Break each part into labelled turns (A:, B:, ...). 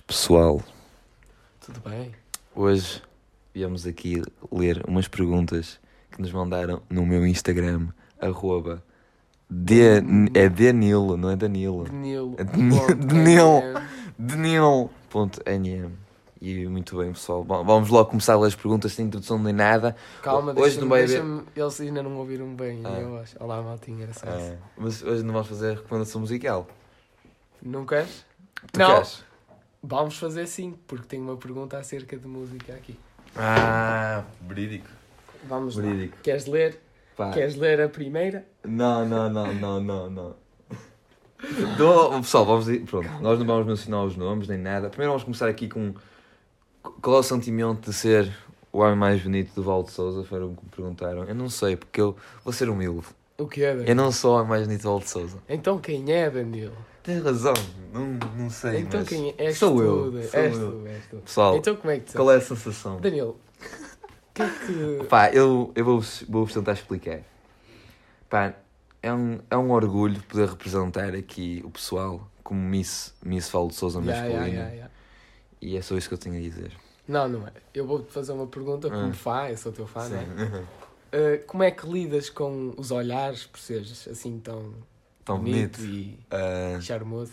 A: pessoal?
B: Tudo bem?
A: Hoje viemos aqui ler umas perguntas que nos mandaram no meu Instagram, arroba. De, é Danilo, não é Danilo?
B: Danilo.
A: Danilo.
B: Bom,
A: Danilo.
B: é-
A: Danilo.nm. E muito bem, pessoal. Bom, vamos logo começar pelas perguntas sem introdução nem nada.
B: Calma,
A: Hoje
B: Hoje
A: não
B: deixa-me,
A: vai haver-
B: deixa-me... Eles ainda não ouviram bem a
A: Ah.
B: minha voz. Olá, maltinha, era só isso.
A: Ah, mas hoje não vamos fazer recomendação musical.
B: Não queres?
A: Ah. Tu
B: Não.
A: queres?
B: Vamos fazer sim, porque tenho uma pergunta acerca de música aqui.
A: Ah, verídico.
B: Vamos lá.
A: Verídico.
B: Queres ler?
A: Pá.
B: Queres ler a primeira?
A: Não, não, não, não, não, não. Do- Então, pessoal, vamos ir. Pronto, nós não vamos mencionar os nomes nem nada. Primeiro vamos começar aqui com qual é o sentimento de ser o homem mais bonito do Val de Souza? Foram que me perguntaram. Eu não sei, porque eu vou ser humilde.
B: O que é, Danilo?
A: Eu não sou o homem mais bonito do Val de Souza.
B: Então quem é, Danilo?
A: Tem razão, não, não sei.
B: então
A: mas
B: quem é? És
A: sou
B: tu,
A: eu,
B: Dan-
A: sou
B: és
A: eu.
B: tu, és tu.
A: Pessoal,
B: Então como é que tu...
A: qual é a sensação?
B: Danilo, o que é que...
A: Pá, eu, eu vou-vos vou-vos tentar explicar. Pá, é um, é um orgulho poder representar aqui o pessoal como Miss, Miss Falo de Souza
B: Ya, ya,
A: masculino.
B: ya, ya.
A: E é só isso que eu tenho a dizer.
B: Não, não é. Eu vou-te fazer uma pergunta como
A: Ah.
B: fã, eu sou teu fã, não é?
A: Sim.
B: Uh, como é que lidas com os olhares por seres assim tão,
A: Tão bonito.
B: bonito, e
A: Ah,
B: charmoso?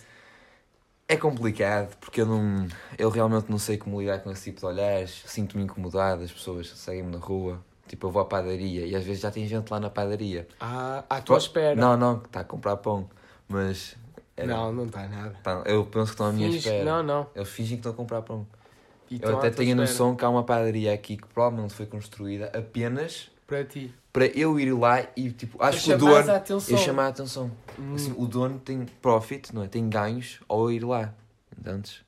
A: é complicado porque eu não. Eu realmente não sei como lidar com esse tipo de olhares. Sinto-me incomodado, as pessoas seguem-me na rua. Tipo, eu vou à padaria e às vezes já tem gente lá na padaria.
B: Ah, à tua espera.
A: Não, não, que está a comprar pão. Mas. é,
B: não, não está nada.
A: tá, eu penso que estão à minha
B: Finge-
A: espera.
B: Não, não.
A: Eles fingem que estão a comprar pão.
B: E estão
A: Eu até
B: à tua
A: tenho a
B: espera.
A: noção que há uma padaria aqui que provavelmente foi construída apenas
B: Para ti.
A: para eu ir lá e tipo, acho que o
B: Para chamares
A: dono.
B: a atenção.
A: Eu chamar a atenção.
B: Hum,
A: Assim, o dono tem profit, não é? Tem ganhos ao ir lá. Entendes?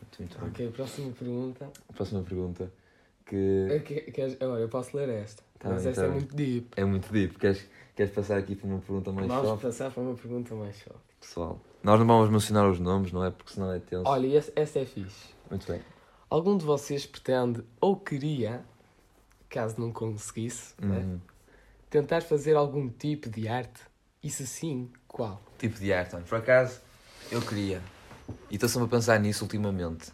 A: Muito, muito bem.
B: Ok, próxima pergunta.
A: Próxima pergunta. Que
B: Eu, que- queres- agora, eu posso ler esta.
A: Tá
B: mas
A: bem,
B: esta
A: tá
B: é
A: bem.
B: muito deep.
A: é muito deep. Queres, queres passar aqui para uma pergunta mais
B: Vamos
A: soft,
B: passar para uma pergunta mais só.
A: pessoal? Nós não vamos mencionar os nomes, não é? Porque senão é tenso.
B: Olha, e essa- essa é fixe.
A: Muito bem.
B: Algum de vocês pretende ou queria, caso não conseguisse, né?
A: Uhum.
B: tentar fazer algum tipo de arte? E se sim, qual?
A: Tipo de arte, mano. Por acaso, eu queria. E estou sempre a pensar nisso ultimamente.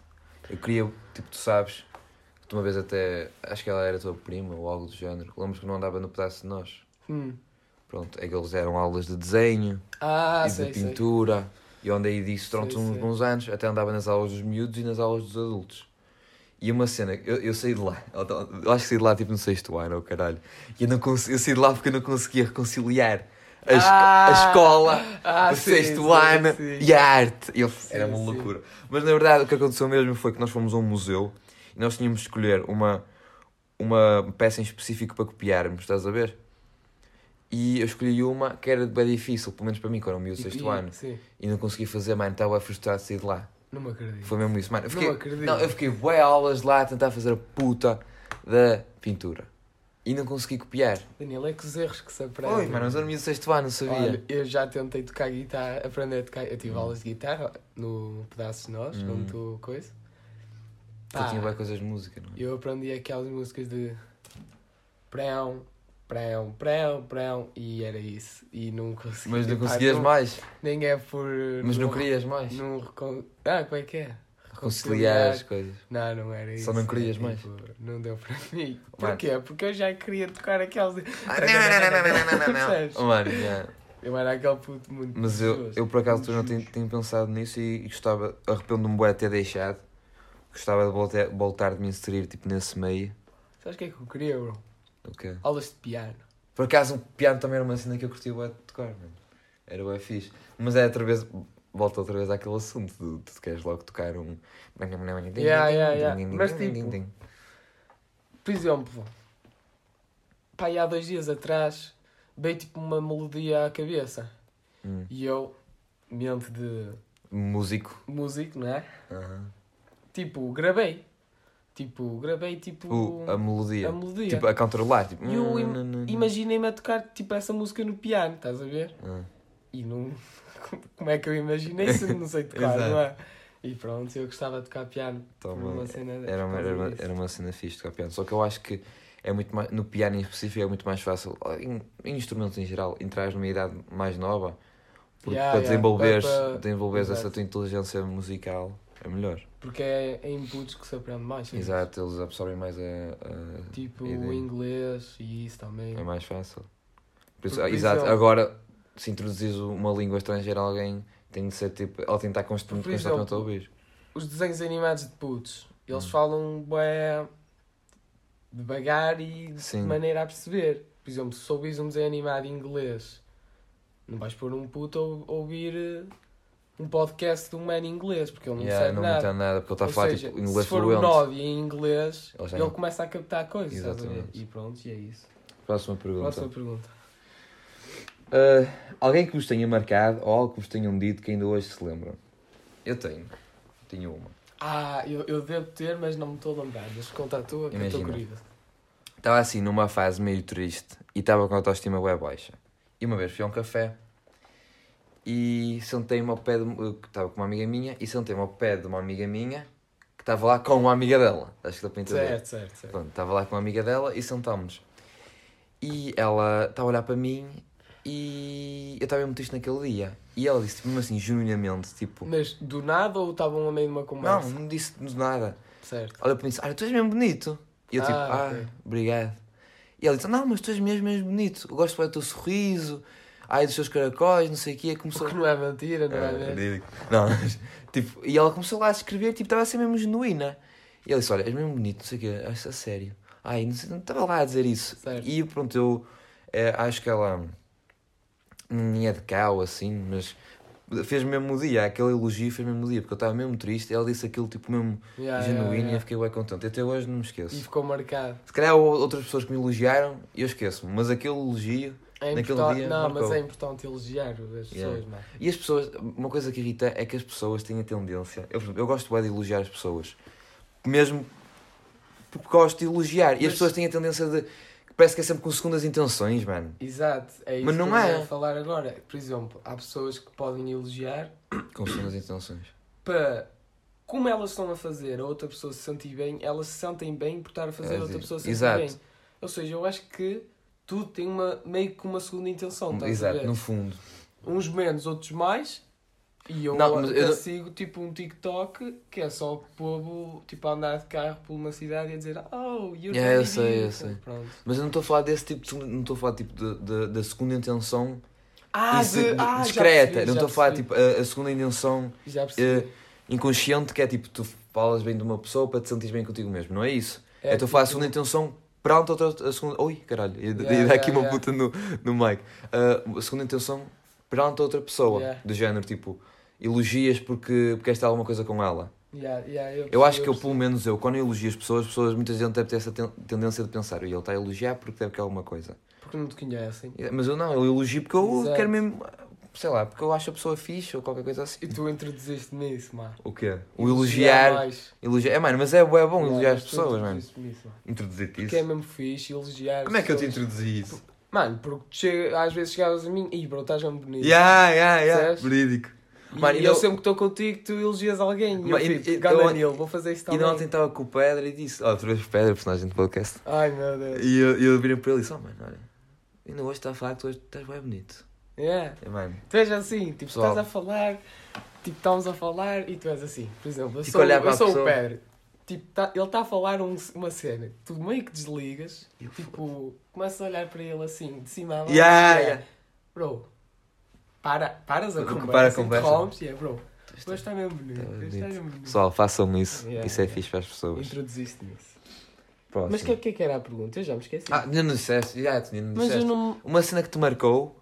A: Eu queria, tipo, tu sabes, que tu uma vez até. Acho que ela era tua prima ou algo do género. Lembras que não andava no pedaço de nós?
B: Hum.
A: Pronto, é que eles eram aulas de desenho
B: Ah,
A: e
B: sei,
A: de
B: sei.
A: pintura. E eu andei disso durante
B: Sei,
A: uns
B: sei.
A: bons anos. Até andava nas aulas dos miúdos e nas aulas dos adultos. E uma cena, eu, eu saí de lá, eu acho que saí de lá tipo no sexto ano, oh, caralho. E eu, não cons- eu saí de lá porque eu não conseguia reconciliar a, esco- a
B: Ah!
A: escola
B: Ah,
A: o
B: sim,
A: sexto
B: sim,
A: ano
B: sim.
A: e a arte. Eu- era
B: Sim,
A: uma
B: sim.
A: loucura. Mas na verdade o que aconteceu mesmo foi que nós fomos a um museu e nós tínhamos de escolher uma, uma peça em específico para copiarmos, estás a ver? E eu escolhi uma que era bem difícil, pelo menos para mim, quando eu me o
B: E-
A: sexto
B: e-
A: ano.
B: Sim,
A: E não consegui fazer, mano, estava a frustrado de sair de lá.
B: não me acredito.
A: Foi mesmo isso, mano. Eu
B: Não
A: fiquei,
B: acredito.
A: eu fiquei bué aulas lá a tentar fazer a puta da pintura. E não consegui copiar.
B: Daniel, é que os erros que se aprendem.
A: Oi, mano, mas eu não me do sexto ano, não sabia.
B: Olha, eu já tentei tocar guitarra, aprender a tocar. Eu tive aulas de guitarra no pedaço de nós,
A: Hum.
B: onde tu coisa.
A: eu
B: Pá,
A: tinha bem coisas de música, não é?
B: eu aprendi aquelas músicas de prão, prão, prão, prão, e era isso. E não conseguia.
A: Mas não
B: Pá, então
A: conseguias mais.
B: Nem é por.
A: Mas não querias mais.
B: Não recon... Ah, como é que é?
A: Reconciliar as coisas.
B: Não, não era isso.
A: Só não querias
B: É,
A: mais?
B: tipo, Não deu para mim.
A: Mano.
B: Porquê? Porque eu já queria tocar aqueles.
A: Ah, não, não, não, não, não, não,
B: Percebes?
A: não. Mano, yeah.
B: Eu era aquele puto muito.
A: Mas eu,
B: desejoso.
A: eu por acaso não tenho, tenho pensado nisso e gostava, arrependo-me bué de ter deixado. Gostava de voltar, voltar de me inserir tipo nesse meio.
B: Sabes o que é que eu queria, bro?
A: O quê?
B: Aulas de piano.
A: Por acaso o piano também era uma cena que eu curtia bué de tocar, mano. Era bué fixe. Mas é outra vez, volta outra vez àquele assunto de tu queres logo tocar um...
B: Yeah, yeah, yeah. Mas, tipo, Por exemplo, pá, aí há dois dias atrás veio tipo uma melodia à cabeça.
A: Hum.
B: E eu, mente de
A: Músico.
B: músico, não é?
A: Aham.
B: Tipo, gravei. Tipo, gravei tipo.
A: O- a melodia.
B: a melodia.
A: Tipo, a controlar. Tipo...
B: E eu im-
A: "Nã, nã, nã, nã".
B: Imaginei-me a tocar tipo essa música no piano, estás a ver?
A: Ah.
B: E não. Como é que eu imaginei se não sei tocar,
A: Exato.
B: não é? E pronto, eu gostava de tocar piano.
A: Então,
B: por uma cena
A: Era uma, era, uma, era uma cena fixe tocar piano. Só que eu acho que é muito mais, no piano em específico é muito mais fácil, em, em instrumentos em geral, entrares numa idade mais nova porque
B: Yeah,
A: para
B: yeah.
A: desenvolveres,
B: Para- para-
A: desenvolveres essa
B: Exato.
A: tua inteligência musical É melhor.
B: Porque é em inputs que se aprende mais. sabes?
A: Exato, eles absorvem mais a. a-
B: Tipo
A: E daí?
B: o inglês e isso também.
A: É mais fácil. Por isso-
B: Porque, por
A: exato,
B: exemplo-
A: agora se introduzires uma língua estrangeira a alguém, tem de ser tipo. Ela tentar construir
B: Por
A: constantemente a
B: exemplo,
A: ouvir.
B: Os desenhos animados de putos, eles
A: Hum.
B: falam bué devagar e de
A: Sim.
B: maneira a perceber. Por exemplo, se souberes um desenho animado em inglês, não vais pôr um puto a ouvir eh, um podcast de um man em inglês, porque ele não
A: Yeah,
B: percebe
A: não
B: nada.
A: está nada, porque ele está a
B: Ou
A: falar
B: seja,
A: tipo inglês
B: se for um
A: fluente.
B: nódio em inglês,
A: Ele
B: ele,
A: já não-
B: começa a captar coisas. estás a ver?
A: Exatamente.
B: E pronto, e é isso.
A: Próxima pergunta.
B: Próxima pergunta.
A: Ah, alguém que vos tenha marcado ou algo que vos tenham dito que ainda hoje se lembram? Eu tenho. Tinha uma.
B: Ah, eu, eu devo ter, mas não me estou a lembrar. Deixa contar a tua, que eu estou
A: Imagina.
B: curioso.
A: Estava assim numa fase meio triste e estava com a autoestima bem baixa. E uma vez fui a um café e sentei-me ao pé de. eu Estava com uma amiga minha e sentei-me ao pé de uma amiga minha que estava lá com uma amiga dela. Acho que dá para entender.
B: Certo, certo, certo.
A: Pronto, estava lá com uma amiga dela e sentámos-nos. E ela estava a olhar para mim e eu estava muito triste naquele dia. E ela disse, mesmo assim, genuinamente, tipo...
B: Mas do nada ou um estavam a meio de uma
A: Não,
B: conversa?
A: não me disse de nada.
B: Certo.
A: Olha para mim e disse, ah, tu és mesmo bonito. E eu tipo,
B: Ah,
A: ah,
B: ok.
A: obrigado. E ela disse, não, mas tu és mesmo, mesmo bonito. Eu gosto bem do teu sorriso, ai, dos teus caracóis, não sei o quê.
B: O
A: Começou...
B: que não é mentira, não é, mesmo?
A: Não, mas, tipo, e ela começou lá a escrever, tipo, estava a ser mesmo genuína. E ela disse, olha, és mesmo bonito, não sei o quê, acho a sério. Ai, não sei, não estava lá a dizer isso.
B: Certo.
A: E pronto, eu eh, acho que ela nem é de cá ou assim, mas fez mesmo o dia, aquele elogio fez mesmo o dia, porque eu estava mesmo triste, e ela disse aquilo tipo mesmo
B: Ah, Yeah, yeah,
A: genuíno e eu
B: yeah.
A: fiquei bem contente. Até hoje não me esqueço.
B: E ficou marcado.
A: Se calhar houve outras pessoas que me elogiaram e eu esqueço-me, mas aquele elogio
B: É
A: Naquele
B: importante,
A: dia,
B: não, mas
A: marcou.
B: é importante elogiar as pessoas, é? mano.
A: E as pessoas, uma coisa que irrita é que as pessoas têm a tendência. Eu, por exemplo, eu gosto bem de elogiar as pessoas, mesmo porque gosto de elogiar. E
B: Mas-
A: as pessoas têm a tendência de. que parece que é sempre com segundas intenções, mano.
B: Exato, é isso
A: Mas não
B: que eu
A: é.
B: ia falar agora. Por exemplo, há pessoas que podem elogiar
A: Com segundas intenções.
B: para como elas estão a fazer a outra pessoa se sentir bem, elas se sentem bem por estar a fazer
A: É,
B: a outra
A: sim.
B: pessoa se sentir
A: Exato.
B: bem. Ou seja, eu acho que tudo tem uma, meio que uma segunda intenção, estás a
A: Um, Exato,
B: ver?
A: no fundo.
B: uns menos, outros mais. E eu
A: Não, mas
B: até
A: eu-
B: sigo tipo um TikTok que é só o povo tipo, a andar de carro por uma cidade e a dizer Oh, you're
A: Yeah, eu sei, eu sei.
B: Pronto.
A: Mas eu não estou a falar desse tipo de segunda- Não estou a falar tipo de, de- da segunda intenção
B: Ah,
A: isso,
B: de-
A: de-
B: ah, já
A: discreta.
B: percebi,
A: não
B: já
A: estou a falar
B: percebi,
A: tipo a, a segunda intenção
B: Já percebi.
A: eh, inconsciente, que é tipo tu falas bem de uma pessoa para te sentir bem contigo mesmo. Não é isso.
B: É,
A: eu estou a falar a
B: tipo,
A: segunda intenção perante outra a segunda. Oi, caralho, eu dei
B: Yeah,
A: aqui
B: yeah,
A: uma
B: yeah.
A: puta no, no mic. Ah, a segunda intenção perante outra pessoa,
B: Yeah.
A: do género tipo, elogias porque, porque queres ter alguma coisa com ela.
B: yeah, yeah, eu,
A: Eu
B: percebi,
A: acho que eu,
B: percebi.
A: pelo menos eu, quando eu elogio as pessoas, as pessoas muita gente deve ter essa ten- tendência de pensar, e ele está a elogiar porque deve querer alguma coisa.
B: Porque não te conhecem.
A: Mas eu não, eu elogio porque eu
B: Exato.
A: quero mesmo, sei lá, porque eu acho a pessoa fixe ou qualquer coisa assim.
B: E tu introduziste nisso, mano.
A: O quê? O elogiar.
B: mais.
A: elogiar. É, mano, mas é, é bom
B: Yeah,
A: elogiar as
B: tu
A: pessoas, mano.
B: introduziste-me nisso, mano.
A: Introduzir-te
B: Porque é
A: isso.
B: mesmo fixe elogiar.
A: Como é que eu te
B: pessoas.
A: introduzi isso?
B: Mano, porque tu chega- às vezes chegavas a mim e bro, estás mesmo bonito.
A: Ya, ya, ya.
B: Percebes?
A: Verídico.
B: E
A: Mano,
B: eu,
A: e eu-
B: sempre que estou contigo, tu elogias alguém. E eu
A: Mano, e-
B: fico,
A: e-
B: "Ganda
A: eu-
B: Nil, vou fazer isto
A: e
B: também.
A: na ontem estava com o Pedro e disse. Oh, outra vez o Pedro, personagem do podcast.
B: Ai meu Deus.
A: E eu, eu virei para ele e disse: Oh, mano, olha, ainda hoje está a falar que tu és- estás bem bonito.
B: É.
A: É, mano.
B: Tu és assim, tipo,
A: Pessoal.
B: estás a falar, tipo, estamos a falar e tu és assim. Por exemplo, eu
A: Fico
B: sou,
A: a olhar para
B: eu
A: a
B: sou o
A: pessoa.
B: Pedro. Tipo, tá- ele está a falar um- uma cena. Tu meio que desligas,
A: Eu
B: tipo, começas a ollar para ele assim, de cima a baixo.
A: Ya,
B: e é,
A: ya.
B: Bro, para, paras a
A: Para
B: conversa,
A: a
B: para
A: conversa.
B: interrompes e é, bro, tu está mesmo bonito.
A: Está
B: tu és- um estás mesmo bonito.
A: Pessoal, façam isso.
B: Yeah,
A: isso é
B: yeah.
A: fixe para as pessoas.
B: Introduziste-me isso.
A: Próximo.
B: Mas o que, é- que é que era a pergunta? Eu já me esqueci.
A: assim. Ah, ainda não disseste. Já, tu ainda não
B: Mas
A: disseste.
B: eu não.
A: Uma cena que te marcou.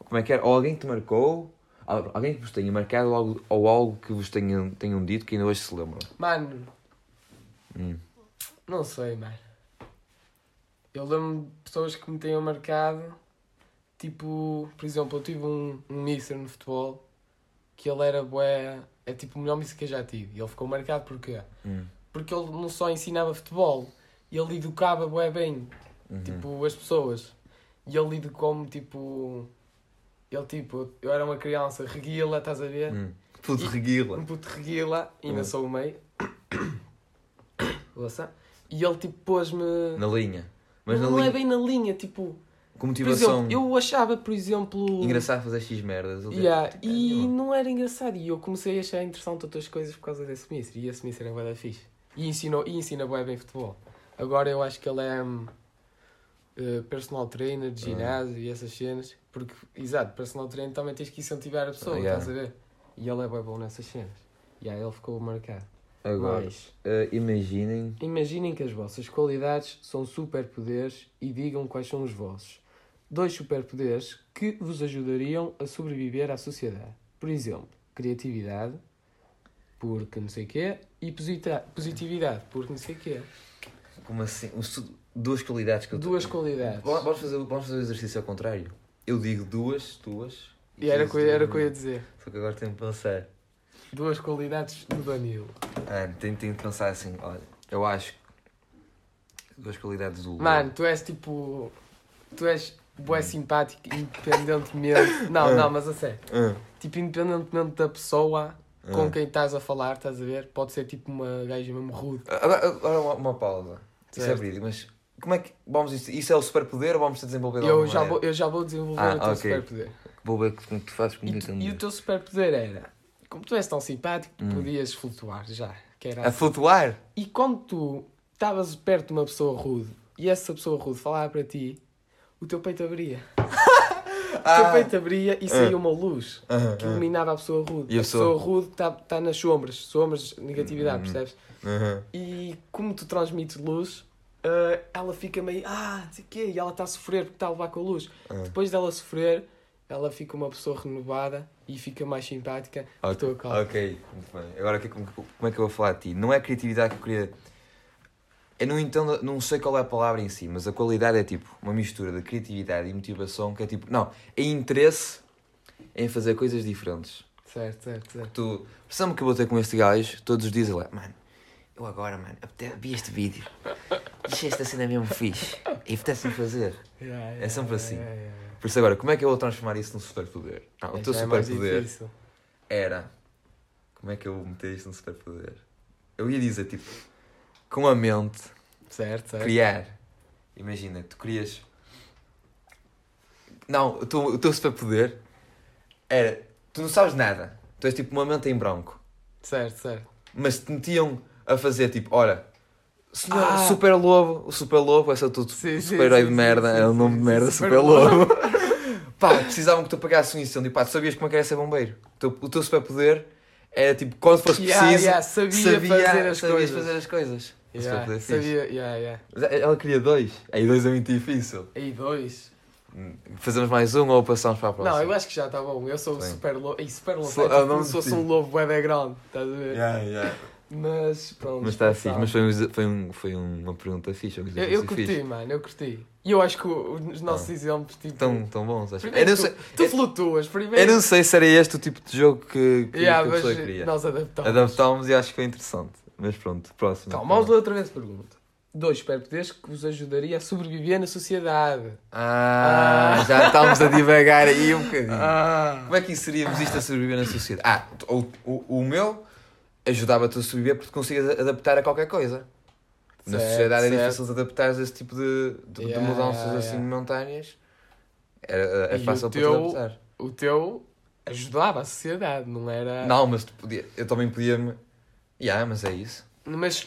A: Como é que era? Ou alguém que te marcou. al- Alguém que vos tenha marcado ou algo, ou algo que vos tenham, tenham dito que ainda hoje se lembram.
B: Mano,
A: Hum.
B: não sei, mano. Eu lembro de pessoas que me tenham marcado. Tipo, por exemplo, eu tive um, um mister no futebol que ele era bué. É tipo o melhor mister que eu já tive. E ele ficou marcado porquê?
A: Hum.
B: Porque ele não só ensinava futebol, ele educava bué bem.
A: Uhum.
B: tipo as pessoas e ele educou-me tipo ele tipo eu era uma criança reguila estás a ver
A: Hum. Puto reguila.
B: um puto reguila ainda
A: Hum.
B: sou o meio Ouça. e ele tipo pôs-me
A: Na linha.
B: não,
A: Mas na
B: não
A: linha.
B: é bem na linha tipo
A: com
B: Por exemplo,
A: motivação.
B: eu achava, por exemplo.
A: Engraçado fazer X merdas. ele
B: Tipo, Yeah,
A: deve-
B: E
A: Tipo,
B: não era engraçado. E eu comecei a achar interessante outras coisas por causa desse Mister. E esse Mister é bué da fixe. E, ensinou, e ensina bué bem futebol. Agora eu acho que ele é hum, eh, personal trainer de
A: Ah.
B: ginásio e essas cenas. Porque, exato, personal trainer também tens que incentivar a pessoa,
A: Ah, yeah.
B: estás a ver? E ele é bué bom nessas cenas. E aí ele ficou marcado.
A: é bom. Agora,
B: Mas,
A: eh, imaginem.
B: Imaginem que as vossas qualidades são superpoderes e digam quais são os vossos. Dois superpoderes que vos ajudariam a sobreviver à sociedade. Por exemplo, criatividade, porque não sei quê, e posita- positividade, porque não sei quê.
A: Como assim? Um su- Duas qualidades que eu
B: Duas
A: tenho.
B: qualidades.
A: Vamos vamos fazer, vamos fazer o exercício ao contrário. Eu digo duas, tuas.
B: E era o
A: tu
B: que
A: dizes
B: era o
A: duas
B: que eu ia
A: minhas.
B: dizer.
A: Só que agora tenho que pensar.
B: Duas qualidades do Danilo.
A: Ah, tenho, tenho que pensar assim, olha, eu acho que duas qualidades do Lula.
B: Mano, tu és tipo. Tu és boé simpático, independentemente. Não, não, mas a sério.
A: Ah,
B: Tipo, independentemente da pessoa.
A: ah.
B: com quem estás a falar, estás a ver? Pode ser tipo uma gaja mesmo rude.
A: Agora, agora uma, uma pausa. Isso é
B: Certo.
A: verídico, mas como é que. Vamos, isso, isso é o superpoder ou vamos ter desenvolvido
B: Eu já, vou, eu já vou desenvolver
A: Ah,
B: o teu
A: ok.
B: superpoder.
A: Vou ver como tu fazes
B: E, tu- e o teu superpoder era, como tu és tão simpático, tu
A: Hum. Ah.
B: podias flutuar já. Que era
A: A
B: assim.
A: flutuar?
B: E quando tu estavas perto de uma pessoa rude e essa pessoa rude falava para ti, o teu peito abria. O teu
A: Ah,
B: peito abria e saía uma luz
A: ah,
B: que iluminava a pessoa rude.
A: E a
B: a
A: pessoa-
B: pessoa rude está tá nas sombras, sombras, negatividade,
A: Hum.
B: percebes?
A: ah,
B: E como tu transmites luz, ah, ela fica meio, ah, não sei o quê, e ela está a sofrer porque está a levar com a luz.
A: Ah.
B: Depois dela sofrer, ela fica uma pessoa renovada e fica mais simpática
A: ah.
B: por tua causa.
A: Ok, muito bem. Agora que- como, como é que eu vou falar de ti? Não é a criatividade que eu queria. Eu não entendo, não sei qual é a palavra em si, mas a qualidade é tipo uma mistura de criatividade e motivação que é tipo. Não, é interesse em fazer coisas diferentes.
B: Certo, certo, certo.
A: Tu, pressão que eu vou ter com este gajo, todos os dias ele é, mano, eu agora, mano, até vi este vídeo, achei esta cena mesmo fixe, e apetece-me fazer.
B: Yeah,
A: É sempre assim.
B: yeah, yeah, yeah.
A: Por isso agora, como é que eu vou transformar isso num superpoder? Não, o
B: É,
A: um teu
B: já é mais
A: superpoder
B: difícil.
A: era, como é que eu vou meter isto num superpoder? Eu ia dizer, tipo, com a mente,
B: Certo, certo.
A: criar. Imagina, tu querias... Não, o teu, o teu superpoder era, tu não sabes nada, tu és tipo uma mente em branco.
B: Certo, certo.
A: mas te metiam a fazer tipo, olha, senhor
B: Ah.
A: Super Lobo, o Super Lobo, essa tu
B: Sim, sim,
A: super-herói
B: sim,
A: de
B: sim,
A: merda,
B: sim,
A: é o
B: sim,
A: nome de
B: sim,
A: merda,
B: Super
A: Super Lobo. pá, precisavam que tu pagasses um incêndio, pá, tu sabias como é que era ser bombeiro. O teu, o teu superpoder era tipo, quando fosse
B: Yeah,
A: preciso,
B: yeah, sabia, fazer
A: sabias
B: as coisas.
A: fazer as coisas. O
B: Yeah,
A: superpoder é fixe.
B: sabia, yeah, yeah.
A: Mas eh, Ela queria dois, aí dois é muito difícil.
B: E dois.
A: Fazemos mais um ou passamos para a próxima?
B: Não, eu acho que já está bom. Eu sou o
A: Sim.
B: super lobo. E super lobo.
A: Sou-
B: é tipo
A: ah, não
B: como se fosse
A: desisti.
B: um lobo bué da grande. Estás a ver?
A: Yeah, yeah.
B: Mas pronto.
A: Mas está fixe,
B: passava.
A: mas foi, um- foi, um- foi uma pergunta fixe. um
B: Eu,
A: exercício
B: eu curti,
A: fixe. Ah.
B: mano, eu curti. E eu acho que o- os nossos exemplos, tipo.
A: Tão, tão bons, acho.
B: primeiro
A: Eu não
B: tu-
A: sei-
B: Tu flutuas primeiro.
A: Então, é- Eu não sei se era este o tipo de jogo que, que,
B: Yeah,
A: que a
B: mas eh,
A: pessoa queria.
B: nós adaptamos.
A: Adaptámos e acho que foi interessante. Mas pronto, próximo.
B: Calma, Então, vamos ler outra vez a pergunta. Dois superpoderes que vos ajudaria a sobreviver na sociedade.
A: Ah, já estamos a divagar aí um bocadinho.
B: Ah!
A: Como é que inseríamos isto a sobreviver na sociedade? Ah, o, o, o meu ajudava-te a sobreviver porque te consigas adaptar a qualquer coisa. Na
B: Certo,
A: sociedade é
B: certo.
A: difícil de adaptar a esse tipo de, de- de
B: Yeah,
A: mudanças
B: yeah,
A: assim
B: yeah.
A: momentâneas. É, é
B: E o
A: fácil para te
B: teu-
A: adaptar.
B: O teu ajudava a sociedade, não era.
A: Não, mas tu podia, eu também podia-me. Yeah, mas é isso.
B: Mas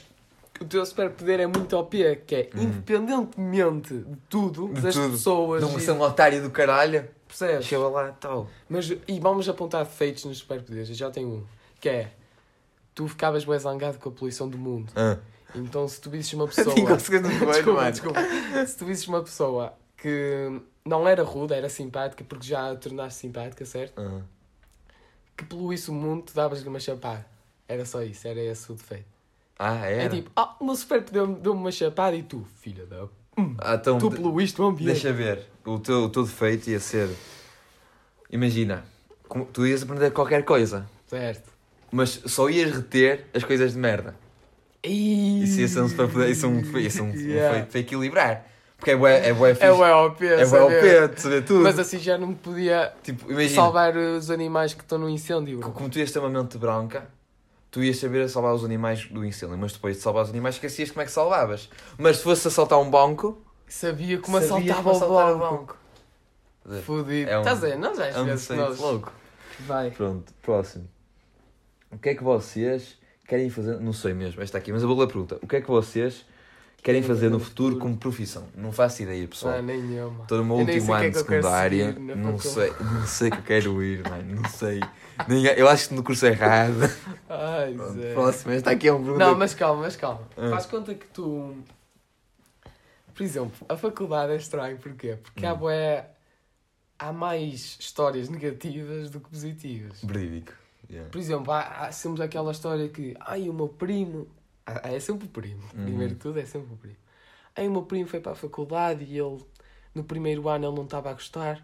B: o teu superpoder é muito OP, que é
A: Hum.
B: independentemente de tudo,
A: De
B: das
A: tudo.
B: pessoas.
A: Não
B: e-
A: ser um otário do caralho.
B: percebes?
A: Chega lá, tal.
B: Mas, e vamos apontar defeitos nos superpoderes, eu já tenho um. Que é, tu ficavas bem zangado com a poluição do mundo.
A: Ah.
B: Então se tu visses uma pessoa...
A: conseguindo
B: desculpa, desculpa. Se tu visses uma pessoa que não era ruda, era simpática, porque já a tornaste simpática, certo?
A: ah.
B: Que poluísse o mundo, tu davas-lhe uma chapada. Era só isso, era esse o defeito.
A: Ah,
B: É,
A: é?
B: tipo, ah, o meu superpoder deu-me deu-me uma chapada e tu, filha da...
A: Ah, então,
B: Tu
A: de-
B: poluíste o ambiente.
A: deixa ver. O teu, o teu defeito ia ser. Imagina, como- tu ias aprender qualquer coisa,
B: Certo.
A: mas só ias reter as coisas de merda.
B: E...
A: Isso ia ser um superpoder, isso é um defeito, isso é um um
B: Yeah.
A: defeito para equilibrar. Porque é bué, é bué fixe.
B: É o EOP,
A: é bué ao pé, de saber tudo.
B: Mas assim já não me podia
A: tipo, imagina,
B: salvar os animais que estão no incêndio.
A: co-
B: bro.
A: como tu ias ter uma mente branca, tu ias saber salvar os animais do incêndio, mas depois de salvar os animais esquecias como é que salvavas. Mas se fosse assaltar um banco,
B: Sabia como
A: Sabias
B: assaltava o
A: assaltar
B: banco. Fudido.
A: É um-
B: Estás a ver? Nós já
A: É um
B: estivemos
A: senso
B: nós.
A: louco.
B: Vai.
A: Pronto, próximo. O que é que vocês querem fazer? Não sei mesmo, esta aqui, mas eu vou ler a pergunta. O que é que vocês querem fazer no futuro como profissão? Não faço ideia, pessoal.
B: Ah, nem eu, mano.
A: Estou no meu
B: Eu nem
A: último
B: sei o que
A: ano
B: é
A: de
B: que eu quero
A: secundária.
B: seguir na
A: Não sei,
B: faculdade.
A: não sei o que eu quero ir, mano. Não sei. Ninguém- Eu acho que no curso é errado.
B: Ai,
A: Pronto,
B: Zé.
A: próximo. Esta aqui é uma pergunta.
B: Não, mas calma, mas calma.
A: Ah.
B: Faz conta que tu. Por exemplo, a faculdade é estranho, porquê? Porque há
A: Hum.
B: bué. Há mais histórias negativas do que positivas.
A: Verídico. Yeah.
B: Por exemplo, há, há sempre aquela história que. Ai, o meu primo. Ah, É sempre o primo.
A: Uhum.
B: Primeiro de tudo, é sempre o primo. Ai, o meu primo foi para a faculdade e ele. No primeiro ano ele não estava a gostar.